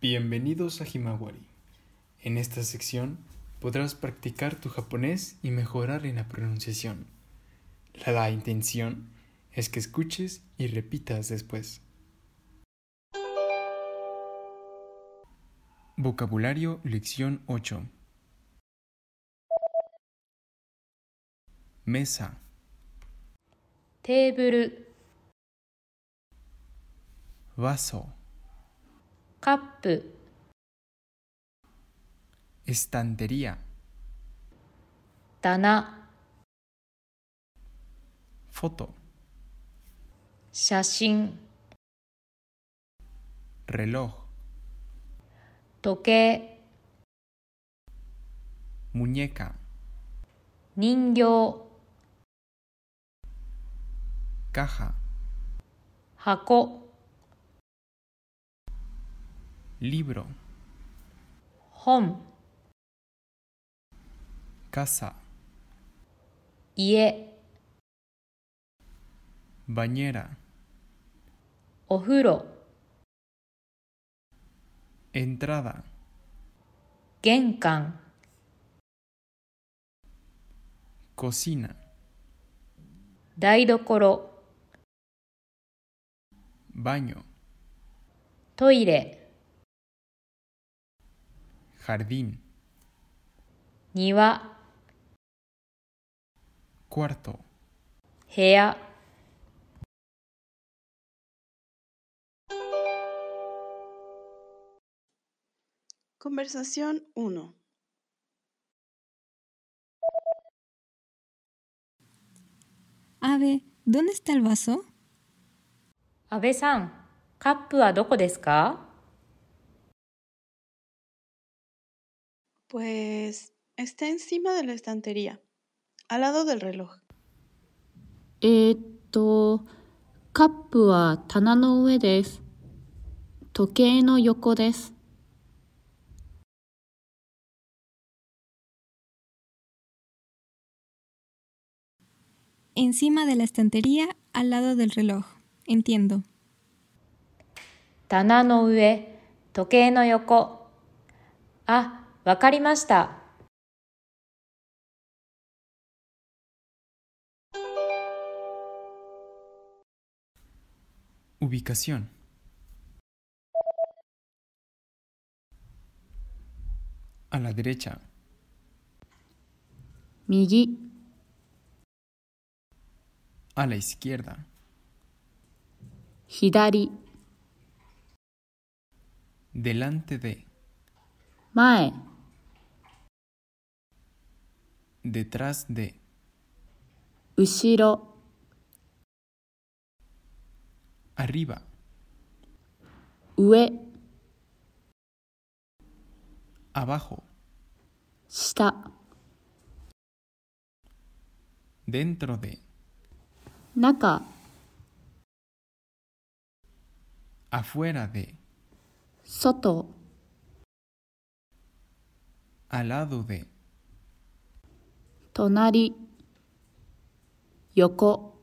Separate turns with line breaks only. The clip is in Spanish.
Bienvenidos a Himawari. En esta sección podrás practicar tu japonés y mejorar en la pronunciación. La, la intención es que escuches y repitas después. Vocabulario Lección 8 Mesa
テーブル
Vaso
カップ
Estantería
棚
Foto
写真
Reloj
時計
Muñeca
人形
Caja
箱
Libro
本
Casa
家
Bañera
お風呂
Entrada
玄関
Cocina
台所
Baño
トイレ
Jardín
庭
Cuarto
部屋
Conversación 1.
Ave, ¿dónde está el vaso?
安倍さんカップはどこですか
Pues está encima de la estantería, al lado del reloj.
えーっと、カップは棚の上です。時計の横です。
Encima de la estantería, al lado del reloj. Entiendo.
棚の上時計の横あわかりました
Ubicación. A la derecha.
右、
A la izquierda.
左、
Delante de.
前、
Detrás de.
後ろ、
Arriba.
上、
Abajo.
下、
Dentro de.
中、
Afuera de.
外、
Al lado de.
隣、横、